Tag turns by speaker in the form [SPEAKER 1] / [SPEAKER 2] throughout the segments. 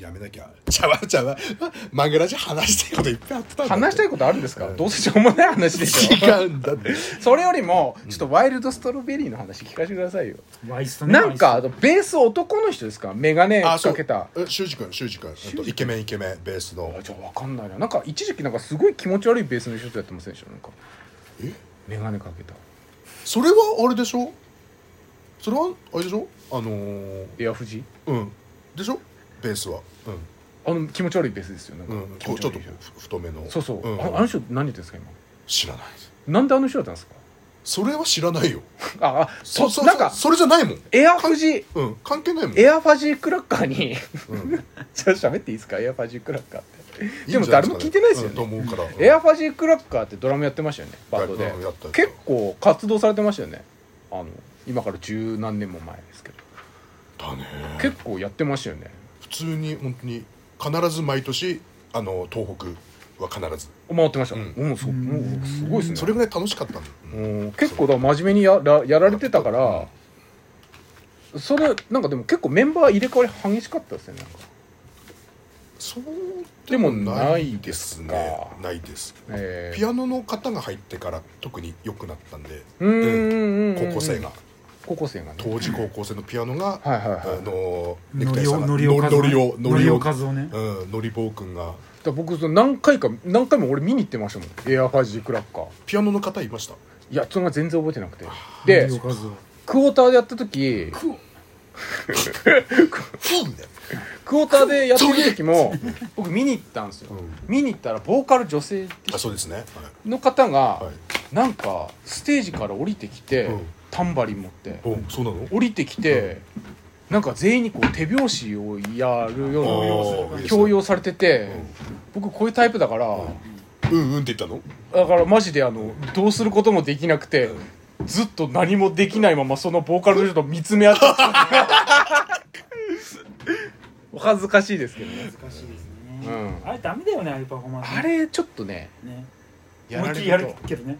[SPEAKER 1] やめなきゃちゃわちゃわマグラジ話したいこといっぱいあったんだ
[SPEAKER 2] 話したいことあるんですか、どうせしょうもない話 でしょ
[SPEAKER 1] 違うんだって
[SPEAKER 2] それよりもちょっとワイルドストロベリーの話聞かせてくださいよ
[SPEAKER 3] ワイストね
[SPEAKER 2] なんか
[SPEAKER 3] ワ
[SPEAKER 2] あ
[SPEAKER 3] イス
[SPEAKER 2] のベース男の人ですかメガネ
[SPEAKER 1] あ
[SPEAKER 2] か
[SPEAKER 1] そう
[SPEAKER 2] けた
[SPEAKER 1] え修二君修二君あとイケメンイケメンベースの
[SPEAKER 2] あじゃあ分かんないななんか一時期なんかすごい気持ち悪いベースの人とやってませんでしたなんか
[SPEAKER 1] え
[SPEAKER 2] メガネかけた
[SPEAKER 1] それはあれでしょそれはあれでしょあのー、
[SPEAKER 2] エアフジ
[SPEAKER 1] うんでしょベースはう
[SPEAKER 2] あの気持ち悪いベースですよなんか、
[SPEAKER 1] ん、うん、
[SPEAKER 2] 気
[SPEAKER 1] こ
[SPEAKER 2] 持
[SPEAKER 1] うちょっと
[SPEAKER 2] 悪い人
[SPEAKER 1] ふ太めの
[SPEAKER 2] そうそう、
[SPEAKER 1] ん
[SPEAKER 2] ああの人何言ってんですか今
[SPEAKER 1] 知らない
[SPEAKER 2] なんであの人だったんですか
[SPEAKER 1] それは知らないよ
[SPEAKER 2] ああ
[SPEAKER 1] そ
[SPEAKER 2] そ
[SPEAKER 1] そ
[SPEAKER 2] なんか
[SPEAKER 1] そそれじゃないもん
[SPEAKER 2] エアフジ
[SPEAKER 1] うん関係ないもん
[SPEAKER 2] エアファジークラッカーに
[SPEAKER 1] うん
[SPEAKER 2] ちょっと喋っていいですかエアファジークラッカーって
[SPEAKER 1] い
[SPEAKER 2] で
[SPEAKER 1] ん
[SPEAKER 2] も
[SPEAKER 1] じゃ
[SPEAKER 2] 誰
[SPEAKER 1] す
[SPEAKER 2] も
[SPEAKER 1] かね
[SPEAKER 2] 聞いてないですよ
[SPEAKER 1] うんと
[SPEAKER 2] ね、
[SPEAKER 1] 思うから、うん
[SPEAKER 2] エアファジークラッカーってドラムやってましたよねバンド
[SPEAKER 1] や
[SPEAKER 2] で
[SPEAKER 1] うんやったやった
[SPEAKER 2] 結構活動されてましたよねあの今から十何年も前ですけど
[SPEAKER 1] だね
[SPEAKER 2] 結構やってましたよね
[SPEAKER 1] 普通に本当に必ず毎年あの東北は必ず、
[SPEAKER 2] 回ってました、
[SPEAKER 1] うん
[SPEAKER 2] もうそもうすごいですね
[SPEAKER 1] それぐらい楽しかったの、うん
[SPEAKER 2] うん結構だから真面目にやらやられてたからそれなんかでも結構メンバー入れ替わり激しかったですねなんか
[SPEAKER 1] そう
[SPEAKER 2] でもないですか
[SPEAKER 1] ねないです
[SPEAKER 2] えー
[SPEAKER 1] ピアノの方が入ってから特に良くなったんで、
[SPEAKER 2] うーんうんうん
[SPEAKER 1] 高校生が
[SPEAKER 2] 高校生がね
[SPEAKER 1] 当時高校生のピアノが、
[SPEAKER 2] はいはいはい
[SPEAKER 1] あの
[SPEAKER 3] トね
[SPEAKER 1] ネクタイさんが
[SPEAKER 3] のりおの
[SPEAKER 1] のり
[SPEAKER 3] り
[SPEAKER 1] お
[SPEAKER 3] お
[SPEAKER 1] の
[SPEAKER 3] の
[SPEAKER 1] り
[SPEAKER 3] り
[SPEAKER 1] お
[SPEAKER 3] お和夫ね
[SPEAKER 1] うんのりぼうくんが
[SPEAKER 2] だから僕その何回か何回も俺見に行ってましたもんエアファジークラッカー
[SPEAKER 1] ピアノの方いました
[SPEAKER 2] いやそれが全然覚えてなくて
[SPEAKER 3] の
[SPEAKER 2] で
[SPEAKER 3] りお和夫
[SPEAKER 2] クォーターでやった時
[SPEAKER 1] そうだよ、
[SPEAKER 2] クォーターでやってる時も僕見に行ったんですよ見に行ったらボーカル女性
[SPEAKER 1] あそうですね
[SPEAKER 2] の方が
[SPEAKER 1] はい、はい
[SPEAKER 2] なんかステージから降りてきて
[SPEAKER 1] うん
[SPEAKER 2] タンバリン持って
[SPEAKER 1] おそうなの
[SPEAKER 2] 降りてきてなんか全員にこう手拍子をやるよう
[SPEAKER 1] あーいいです
[SPEAKER 2] な
[SPEAKER 1] ね
[SPEAKER 2] 強要されてて僕こういうタイプだから
[SPEAKER 1] うんうんって言ったの
[SPEAKER 2] だからマジであのどうすることもできなくてずっと何もできないままそのボーカルの人と見つめ合っちゃったお恥ずかしいですけどね
[SPEAKER 3] 難しいですね
[SPEAKER 2] うん
[SPEAKER 3] あれダメだよねああいうパフォーマンスね
[SPEAKER 2] あれちょっとね
[SPEAKER 3] ね
[SPEAKER 2] や
[SPEAKER 3] 思
[SPEAKER 2] ら
[SPEAKER 3] いっき
[SPEAKER 2] れ
[SPEAKER 3] りや
[SPEAKER 2] る
[SPEAKER 3] る
[SPEAKER 2] と
[SPEAKER 3] けどね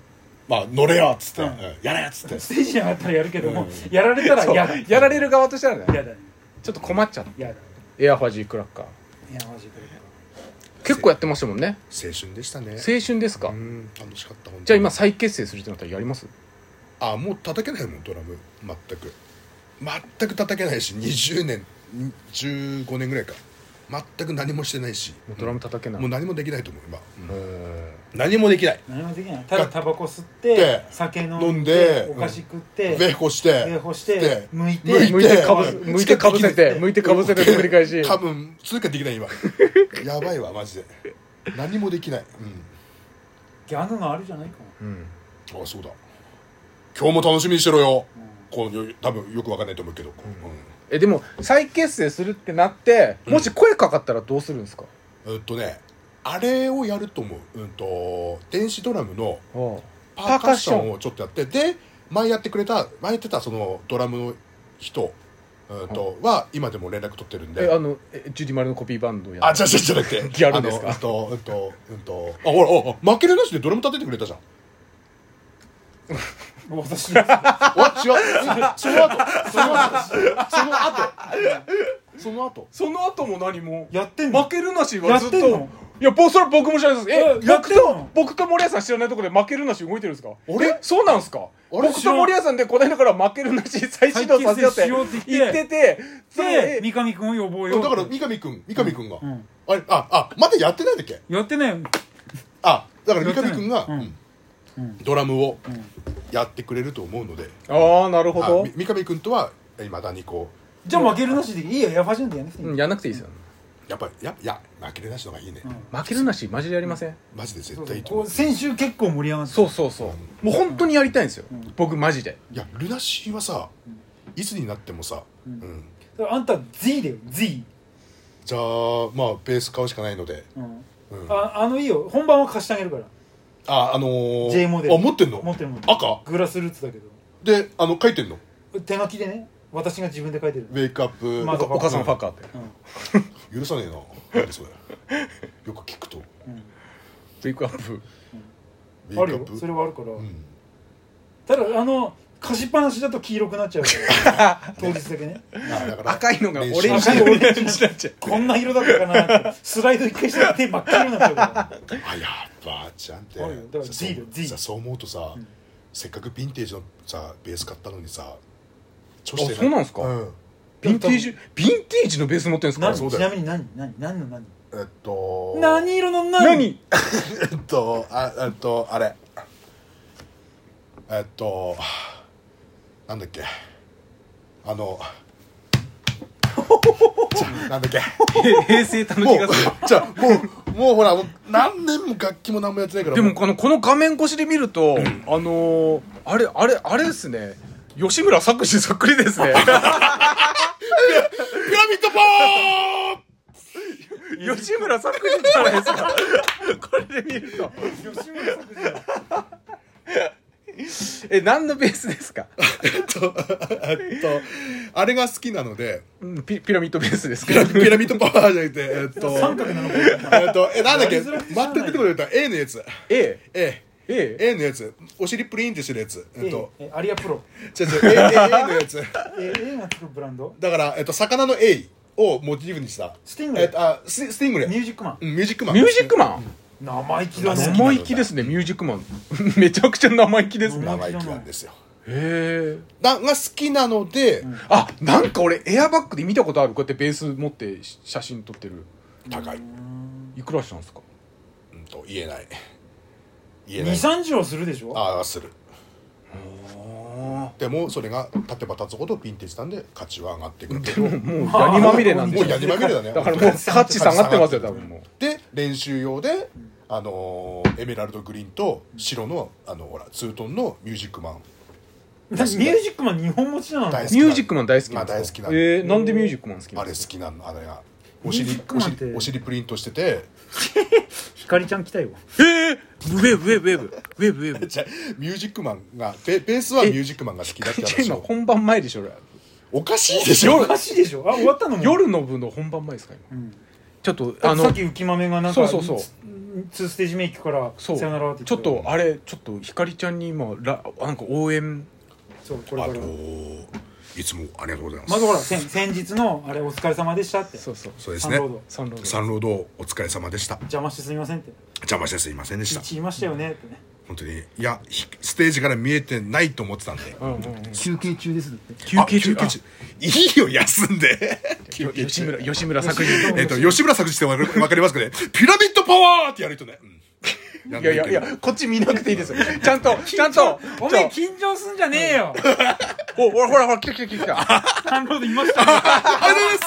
[SPEAKER 1] まあ乗れやっつって、
[SPEAKER 3] うん
[SPEAKER 1] うんやれやっつって
[SPEAKER 3] ステージに上がったらやるけども
[SPEAKER 1] うん
[SPEAKER 3] やられたら
[SPEAKER 2] そう
[SPEAKER 3] 嫌だ
[SPEAKER 2] やられる側としたらね
[SPEAKER 3] 嫌だね
[SPEAKER 2] ちょっと困っちゃう
[SPEAKER 3] 嫌だい
[SPEAKER 2] エアファジークラッカー
[SPEAKER 3] やマジで
[SPEAKER 2] 結構やってましたもんね
[SPEAKER 1] 青春でしたね
[SPEAKER 2] 青春ですか
[SPEAKER 1] うん楽しかった本当に
[SPEAKER 2] じゃあ今再結成するってなったらやります
[SPEAKER 1] あもう叩けないもんドラム全く全く叩けないし20年ん15年ぐらいか全く何もしてないし
[SPEAKER 2] もうドラム叩けない
[SPEAKER 1] もう何もできないと思う今
[SPEAKER 2] うん
[SPEAKER 1] 何もできない
[SPEAKER 3] 何もできないただタバコ吸っ
[SPEAKER 1] で
[SPEAKER 3] て酒飲んで
[SPEAKER 1] 飲んで
[SPEAKER 3] お菓子食って
[SPEAKER 1] 上こして
[SPEAKER 3] 上干し
[SPEAKER 1] で
[SPEAKER 3] て剥い
[SPEAKER 1] 剥
[SPEAKER 3] て
[SPEAKER 2] 向いてかぶ
[SPEAKER 1] は
[SPEAKER 2] せ
[SPEAKER 1] い
[SPEAKER 2] 向いてかぶせて向いてかぶせて繰り返し
[SPEAKER 1] 多分通過できない 今やばいわマジで何もできない、
[SPEAKER 3] ギャグがあるじゃないか
[SPEAKER 2] うん
[SPEAKER 1] うん、あそうだ今日も楽しみにしてろよ
[SPEAKER 3] なうん
[SPEAKER 1] こうよ多分よくわかんないと思うけど、こう
[SPEAKER 2] えでも再結成するってなってもし声かかったらどうするんですか、
[SPEAKER 1] うんえっとねあれをやると思う、うん、と電子ドラムの
[SPEAKER 2] あ
[SPEAKER 1] パーカッションをちょっとやってで前やってくれた前やってたそのドラムの人、うん、とは今でも連絡取ってるん
[SPEAKER 2] えあ
[SPEAKER 1] で
[SPEAKER 2] のえジュディマルのコピーバンドや
[SPEAKER 1] あじゃじゃじゃなくて
[SPEAKER 2] ギャルですか
[SPEAKER 1] あのうんとうんとうんとあほらああ負けるなしでドラム立ててくれたじゃん
[SPEAKER 3] もう私
[SPEAKER 1] お違
[SPEAKER 3] です
[SPEAKER 1] うその後その後その後その後
[SPEAKER 2] その後も何も
[SPEAKER 3] やってんの
[SPEAKER 2] 負けるなし
[SPEAKER 3] や
[SPEAKER 2] は
[SPEAKER 3] っ
[SPEAKER 2] ずって
[SPEAKER 3] ん
[SPEAKER 2] と
[SPEAKER 3] の
[SPEAKER 2] いやぼそれ僕も知らないです
[SPEAKER 3] え
[SPEAKER 2] え
[SPEAKER 3] やっ
[SPEAKER 2] 僕
[SPEAKER 3] てんの
[SPEAKER 2] と僕と森谷さん知らないところで負けるなし動いてるんですか
[SPEAKER 1] あれ
[SPEAKER 2] えそうなんですか
[SPEAKER 1] あれ
[SPEAKER 2] 僕
[SPEAKER 3] 知ら
[SPEAKER 2] と
[SPEAKER 3] ん
[SPEAKER 2] 森谷さんでこの間から負けるなし再始動させようって
[SPEAKER 3] 再結成しようって
[SPEAKER 2] 言
[SPEAKER 3] 言
[SPEAKER 2] っ
[SPEAKER 3] ってて
[SPEAKER 2] て
[SPEAKER 3] で
[SPEAKER 2] で
[SPEAKER 3] 三上君を呼ぼうよ
[SPEAKER 1] だから三上君三上君が、
[SPEAKER 3] うん
[SPEAKER 1] あれああまだやってないんだっけ
[SPEAKER 3] やってないよ
[SPEAKER 1] あだから三上君が、
[SPEAKER 3] やってないうん
[SPEAKER 1] うんドラムを
[SPEAKER 3] うん
[SPEAKER 1] やってくれると思うので
[SPEAKER 2] ああなるほ
[SPEAKER 1] あ
[SPEAKER 2] ど
[SPEAKER 1] み三上君とは今だにこう
[SPEAKER 3] じゃあ負けるなしでいいよヤファジュンでやんなくていい
[SPEAKER 2] うんやんなくていいですよ
[SPEAKER 1] やっぱりやや負けれなしの方がいいね、
[SPEAKER 3] うん
[SPEAKER 2] 負けるなしマジでやりません
[SPEAKER 1] マジで絶
[SPEAKER 3] そうそ
[SPEAKER 1] 対いういと
[SPEAKER 3] こ
[SPEAKER 1] 思う
[SPEAKER 3] う先週結構盛り上がってた
[SPEAKER 2] そうそうそうもう本当にやりたいんですよ
[SPEAKER 3] うん
[SPEAKER 2] 僕マジで
[SPEAKER 1] いやルナシーはさ
[SPEAKER 3] ん
[SPEAKER 1] いつになってもさ、
[SPEAKER 3] う
[SPEAKER 1] うんん
[SPEAKER 3] だからあんた Z だよ Z
[SPEAKER 1] じゃあまあベース買うしかないので、
[SPEAKER 3] うん
[SPEAKER 1] うん、あ
[SPEAKER 3] ああのいいよ本番は貸してあげるから
[SPEAKER 1] あのー、
[SPEAKER 3] J モデル
[SPEAKER 1] あ持ってんの
[SPEAKER 3] 持ってる持ってる
[SPEAKER 1] 赤
[SPEAKER 3] グラスルーツだけど
[SPEAKER 1] であの書いてんの
[SPEAKER 3] 手書きでね私が自分で書いてる
[SPEAKER 1] ウェイクアップ、
[SPEAKER 3] まあ
[SPEAKER 2] お母さんファッカーって
[SPEAKER 3] う
[SPEAKER 1] 許さねえななんで それよく聞くとウ
[SPEAKER 3] んうん
[SPEAKER 2] ウェイクアップ
[SPEAKER 1] ェイク
[SPEAKER 3] あ
[SPEAKER 1] ア
[SPEAKER 3] る
[SPEAKER 1] ッ
[SPEAKER 3] よ
[SPEAKER 1] プ
[SPEAKER 3] それはあるから
[SPEAKER 1] うん
[SPEAKER 3] ただあの貸しっぱなしだと黄色くなっちゃうから当日だけね
[SPEAKER 1] あだから
[SPEAKER 2] 赤いのがオレン
[SPEAKER 1] 練
[SPEAKER 2] ジ
[SPEAKER 1] 習
[SPEAKER 3] 赤いオレンジ
[SPEAKER 2] になっちゃう
[SPEAKER 3] こんな色だったかなってスライド一回したら手真っ黄色になっちゃうから
[SPEAKER 1] あやっばちゃんって
[SPEAKER 3] あるよだから
[SPEAKER 1] さ
[SPEAKER 3] Z だよ Z
[SPEAKER 1] さそう思うとさ、
[SPEAKER 3] ん
[SPEAKER 1] せっかくヴィンテージのさベース買ったのにさ調
[SPEAKER 2] あそうなんすか
[SPEAKER 1] うん
[SPEAKER 2] ヴィンテージヴィンテージのベース持ってんすか
[SPEAKER 3] 何
[SPEAKER 1] そう
[SPEAKER 3] ち
[SPEAKER 1] だ
[SPEAKER 3] な
[SPEAKER 1] よ
[SPEAKER 3] みに何何何の何
[SPEAKER 1] えっと
[SPEAKER 3] 何色の何
[SPEAKER 2] 何
[SPEAKER 1] えっとあえっとあれえっとなんだっけあのちょなん だっけ
[SPEAKER 2] へ 平成たぬ
[SPEAKER 1] も
[SPEAKER 2] きがする
[SPEAKER 1] うじゃあもうもうほらもう何年も楽器も何もやってないから
[SPEAKER 2] でも
[SPEAKER 1] う
[SPEAKER 2] このこの画面越しで見ると、あのー、あれあれあれですね吉村作詞そっくりです ね
[SPEAKER 1] ピラミッドポーン
[SPEAKER 2] 吉村作詞じゃないですか これで見ると
[SPEAKER 3] 吉村作じゃん
[SPEAKER 2] え何のベースですか、
[SPEAKER 1] えっとえっとあれが好きなので
[SPEAKER 2] うん、ピピラミッドベースですか
[SPEAKER 1] ピラピラミッドパワーじゃなくてえっと
[SPEAKER 3] 三角なのこ
[SPEAKER 1] えっとえなんだっけ
[SPEAKER 3] やりづらくてしゃあ
[SPEAKER 1] 全
[SPEAKER 3] ない
[SPEAKER 1] く出てこない言った A のやつ
[SPEAKER 2] A
[SPEAKER 1] A
[SPEAKER 2] A
[SPEAKER 1] A のやつお尻プリンってしてるやつえっと
[SPEAKER 3] ええアリアプロ
[SPEAKER 1] 違う違う A, A, A のやつ
[SPEAKER 3] え映画作るブランド
[SPEAKER 1] だからえっと魚の A をモチーフにした
[SPEAKER 3] スティング
[SPEAKER 1] え
[SPEAKER 3] レイ
[SPEAKER 1] っとあススティングレイ
[SPEAKER 3] ミュージックマン
[SPEAKER 1] うんミュージックマン
[SPEAKER 2] ミュージックマン
[SPEAKER 3] 生意気だね
[SPEAKER 2] 生意気ですねミュージックマン めちゃくちゃ生意気ですね
[SPEAKER 3] マン
[SPEAKER 1] 生意気なんですよ
[SPEAKER 2] へえ
[SPEAKER 1] だが好きなので、
[SPEAKER 2] あなんか俺エアバッグで見たことあるこうやってベース持って写真撮ってる
[SPEAKER 1] 高い、
[SPEAKER 2] いくらしたんですか
[SPEAKER 1] うん、と言えない言えない
[SPEAKER 3] 230はするでし ょ
[SPEAKER 1] ああするでもそれが立てば立つほどヴィンテージなんで価値は上がってくるけど
[SPEAKER 2] もうヤニまみ れなんで
[SPEAKER 1] もうやりまみれだね
[SPEAKER 2] だからもう価値下がっ てますよ多分もう
[SPEAKER 1] で練習用で、あのーエメラルドグリーンと白のあのほらツートンのミュージックマン
[SPEAKER 3] ミュージックマン日本持ちなの
[SPEAKER 1] 大好き
[SPEAKER 2] ミュージックマン大好き
[SPEAKER 1] ま
[SPEAKER 2] な
[SPEAKER 1] あ
[SPEAKER 2] んですか
[SPEAKER 1] 大好きなんで
[SPEAKER 2] えー、なんでミュージックマン好きな
[SPEAKER 1] あ
[SPEAKER 2] ん
[SPEAKER 1] れ
[SPEAKER 2] で
[SPEAKER 1] 好
[SPEAKER 2] すか
[SPEAKER 1] きなのあれがお
[SPEAKER 3] ミュー
[SPEAKER 1] 尻
[SPEAKER 3] ジック
[SPEAKER 1] お
[SPEAKER 3] マンって
[SPEAKER 1] 尻お尻プリントしてて
[SPEAKER 3] ひかりちゃん来たよ
[SPEAKER 2] えー、ウェーブウェーブウェーブウェーブウェーブ
[SPEAKER 1] じゃミュージックマンがベベースはミュージックマンが好き だって話
[SPEAKER 2] 今
[SPEAKER 1] を
[SPEAKER 2] 本番前でしょ俺
[SPEAKER 1] おかしいでしょ
[SPEAKER 3] おかしいでしょあ終わったのも
[SPEAKER 2] 夜の部の本番前ですか今
[SPEAKER 3] うん
[SPEAKER 2] ちょっと
[SPEAKER 3] だっ
[SPEAKER 2] あ
[SPEAKER 3] てさ
[SPEAKER 2] の
[SPEAKER 3] っき浮豆がなんか
[SPEAKER 2] そうそうそう
[SPEAKER 3] 2ステージ目行くからさ
[SPEAKER 2] そう
[SPEAKER 3] よならって
[SPEAKER 2] ちょ
[SPEAKER 3] 言
[SPEAKER 2] って
[SPEAKER 3] た
[SPEAKER 2] と
[SPEAKER 3] よ
[SPEAKER 2] あれちょっとひかりちゃんに今ラなんか応援
[SPEAKER 3] そうこれ
[SPEAKER 1] あ
[SPEAKER 3] か
[SPEAKER 1] の
[SPEAKER 3] ら
[SPEAKER 1] ーいつもありがとうございます
[SPEAKER 3] まずほら先先日のあれお疲れ様でしたって
[SPEAKER 2] そうそう
[SPEAKER 1] そうです
[SPEAKER 3] サン
[SPEAKER 1] ね
[SPEAKER 3] ロード
[SPEAKER 2] サンロード
[SPEAKER 1] サンロードお疲れ様でした
[SPEAKER 3] 邪魔してすみませんって
[SPEAKER 1] 邪魔してすいませんでした
[SPEAKER 3] 一言いましたよねってね
[SPEAKER 1] 本当にいやひステージから見えてないと思ってたんで
[SPEAKER 2] うんうんうん
[SPEAKER 3] 休憩中ですって
[SPEAKER 2] 休憩中
[SPEAKER 1] あいいよ休んで休憩
[SPEAKER 2] 吉
[SPEAKER 1] 中
[SPEAKER 2] 村吉村作品
[SPEAKER 1] えっと吉村作詞ってわかるわかりますかねピラミッドパワーってやるとね、うん、
[SPEAKER 2] いやいやいやこっち見なくていいですよちゃんと ちゃんと
[SPEAKER 3] お
[SPEAKER 2] ち
[SPEAKER 3] めえ
[SPEAKER 2] ょ
[SPEAKER 3] 緊張すんじゃねえよ
[SPEAKER 2] おほらほらほら来た来た来た来た
[SPEAKER 3] サンロードいました よ
[SPEAKER 1] ありがとうございま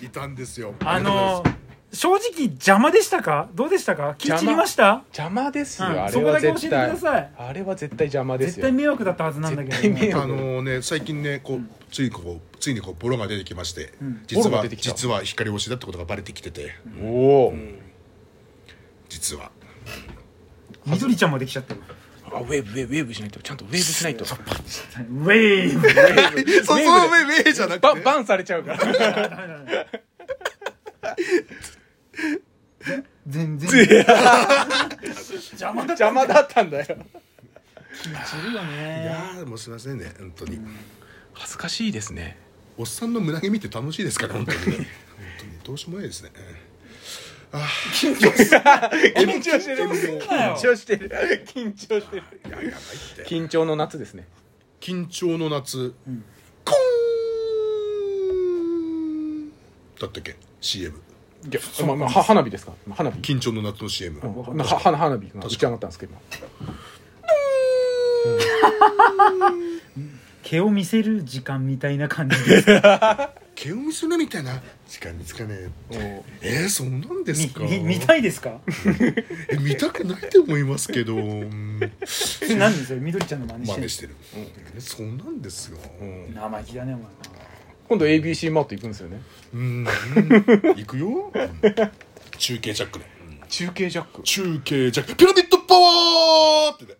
[SPEAKER 1] すいたんですよ
[SPEAKER 3] あのー正直邪魔でしたかどうでしたか気散りました
[SPEAKER 2] 邪魔ですよ
[SPEAKER 3] うん
[SPEAKER 2] あ
[SPEAKER 3] そ
[SPEAKER 2] れ
[SPEAKER 3] こだ
[SPEAKER 2] は
[SPEAKER 3] け教えて
[SPEAKER 2] 絶
[SPEAKER 3] くだ
[SPEAKER 2] 対
[SPEAKER 3] さい
[SPEAKER 2] あれは絶対邪魔です
[SPEAKER 3] 絶
[SPEAKER 2] よ
[SPEAKER 3] 対迷惑だったはずなんだけど
[SPEAKER 2] 絶対迷惑
[SPEAKER 1] あのね最近ねこうついにこうついにこうボロが出てきまして、
[SPEAKER 3] ん
[SPEAKER 1] 実
[SPEAKER 2] ボロ
[SPEAKER 1] は
[SPEAKER 2] が出てきた
[SPEAKER 1] 実は光推しだってことがバレてきてて、
[SPEAKER 2] おお
[SPEAKER 1] 実は
[SPEAKER 3] みどりちゃんまで来ちゃったよ
[SPEAKER 2] あウェーブウェーブウェーブしないとちゃんとウェーブしないと
[SPEAKER 3] ウェーブ
[SPEAKER 1] そ
[SPEAKER 2] メ
[SPEAKER 1] そ
[SPEAKER 2] イブ
[SPEAKER 1] の上上じゃな
[SPEAKER 2] バ
[SPEAKER 1] く
[SPEAKER 2] ン
[SPEAKER 1] て
[SPEAKER 2] バンされちゃうから
[SPEAKER 3] 全然邪魔だった
[SPEAKER 2] 邪魔だったんだよ
[SPEAKER 3] するよ
[SPEAKER 1] い
[SPEAKER 3] ね
[SPEAKER 1] やーもうすいませんね本当に、
[SPEAKER 2] 恥ずかしいですね
[SPEAKER 1] おっさんの胸毛見て楽しいですから本当に ね本当にどうしようもないですね
[SPEAKER 2] 緊張してる緊
[SPEAKER 3] 緊
[SPEAKER 2] 張
[SPEAKER 3] 張
[SPEAKER 2] してる緊張してる
[SPEAKER 1] いややばいって
[SPEAKER 2] 緊張の夏ですね
[SPEAKER 1] 緊張の夏、コーンだったっけ CM
[SPEAKER 2] いや、まあまあ、は花火ですか花火
[SPEAKER 1] 緊張の夏の CM、
[SPEAKER 2] なは花花火が打ち上がったんですけど
[SPEAKER 3] 毛を見せる時間みたいな感じです
[SPEAKER 1] 毛を見せるみたいな時間につかねええー、そんなんですか
[SPEAKER 3] み見たいですか
[SPEAKER 1] え見たくないと思います けどうん
[SPEAKER 3] それ何それみどりちゃんの真似し
[SPEAKER 1] 真
[SPEAKER 3] て
[SPEAKER 1] 似
[SPEAKER 3] る
[SPEAKER 1] してる、うん、そんなんですよ
[SPEAKER 2] 今
[SPEAKER 3] 生意気だねお前
[SPEAKER 2] 今度 ABC マート行くんですよね
[SPEAKER 1] うん、行くよ、中継ジャックね、
[SPEAKER 2] 中継ジャック
[SPEAKER 1] 中継ジャックピラミッドパワーってね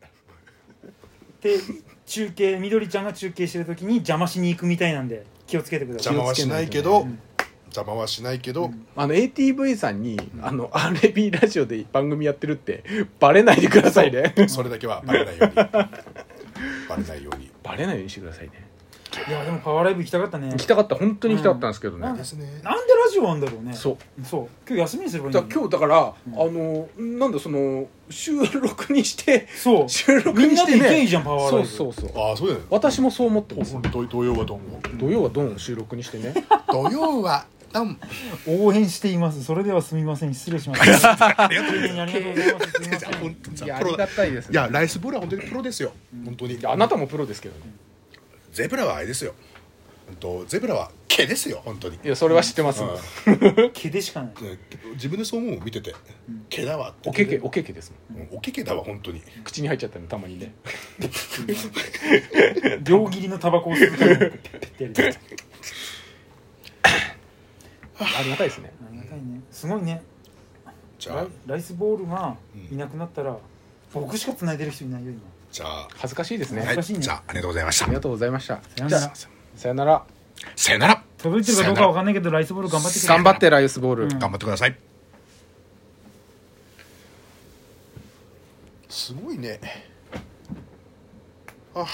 [SPEAKER 3] で中継みどりちゃんが中継してる時に邪魔しに行くみたいなんで気をつけてくださ
[SPEAKER 1] 邪
[SPEAKER 3] い
[SPEAKER 1] 魔はしないけど、邪魔はしないけど、
[SPEAKER 2] あの ATV さんにあの RB ラジオで番組やってるってバレないでくださいね
[SPEAKER 1] それだけはバレないようにバレないように
[SPEAKER 2] バレないようにしてくださいね
[SPEAKER 3] いやでもパワーライブ行きたかったね
[SPEAKER 2] 行きたかった本当に行きたかったんですけど
[SPEAKER 3] うん
[SPEAKER 2] ね、
[SPEAKER 1] ですね
[SPEAKER 3] なんでラジオあんだろうね
[SPEAKER 2] そう
[SPEAKER 3] そう今日休みにすればいい
[SPEAKER 2] だ
[SPEAKER 3] の
[SPEAKER 2] から
[SPEAKER 3] に
[SPEAKER 2] 今日だから、
[SPEAKER 3] ん
[SPEAKER 2] あのなんだその収録に して
[SPEAKER 3] そう
[SPEAKER 2] 収録
[SPEAKER 3] みん
[SPEAKER 2] に
[SPEAKER 3] な
[SPEAKER 2] し
[SPEAKER 3] で
[SPEAKER 2] て
[SPEAKER 3] 行けいい
[SPEAKER 2] ね
[SPEAKER 3] じゃんパワーラ
[SPEAKER 2] そ
[SPEAKER 3] イ
[SPEAKER 2] うそ
[SPEAKER 3] ブ
[SPEAKER 2] うそう
[SPEAKER 1] ああそうだよね
[SPEAKER 2] 私もそう思ってます
[SPEAKER 1] 本当に東洋はどんも
[SPEAKER 2] 土曜はドンを収録にしてね
[SPEAKER 1] 土曜はどん
[SPEAKER 3] 応援していますそれではすみません失礼しましたありがとうございますありがとうございますすみません
[SPEAKER 1] 本当に
[SPEAKER 2] い
[SPEAKER 1] さ
[SPEAKER 2] やあ
[SPEAKER 1] プロ
[SPEAKER 2] り
[SPEAKER 1] だ
[SPEAKER 2] が
[SPEAKER 1] い
[SPEAKER 2] たいですね
[SPEAKER 1] やライスボールは本当にプロですよ本当に
[SPEAKER 2] あなたもプロですけどね
[SPEAKER 1] ゼブラはあれですよ本当ゼブラは毛ですよ本当に
[SPEAKER 2] いやそれは知ってます、
[SPEAKER 1] うん
[SPEAKER 3] 毛でしかない
[SPEAKER 1] ね自分でそう思う見てて毛だわって
[SPEAKER 2] おけけおけけですも
[SPEAKER 1] うんおけけだわ本当に
[SPEAKER 2] ん口に入っちゃったのたまにね
[SPEAKER 3] 両切りのタバコを吸うからペッペッてやりたい
[SPEAKER 2] ありがたいですね
[SPEAKER 3] ありがたいねすごいね
[SPEAKER 1] じゃ
[SPEAKER 3] ラ
[SPEAKER 1] あ
[SPEAKER 3] イライスボールが
[SPEAKER 1] うん
[SPEAKER 3] いなくな ったら僕しか繋いでる人いないよ今
[SPEAKER 1] じゃあ
[SPEAKER 2] 恥ずかしいですね、
[SPEAKER 1] は
[SPEAKER 3] 難
[SPEAKER 1] い
[SPEAKER 3] しいね
[SPEAKER 1] じゃあありがとうございまし
[SPEAKER 2] ありが
[SPEAKER 1] た
[SPEAKER 2] とうございました
[SPEAKER 3] さよ
[SPEAKER 2] じ
[SPEAKER 3] な
[SPEAKER 2] ゃ
[SPEAKER 3] ら
[SPEAKER 2] あさよなら
[SPEAKER 1] さよなら
[SPEAKER 3] 届いてるかどうかわかんないけどライスボール頑張ってください
[SPEAKER 2] 頑張ってライスボール、
[SPEAKER 3] うん
[SPEAKER 1] 頑張ってくださいすごいねあ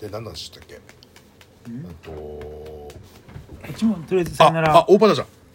[SPEAKER 1] で何なんでしたっけうんと
[SPEAKER 3] こっちもとりあえずさよなら
[SPEAKER 1] ああ大場だじゃん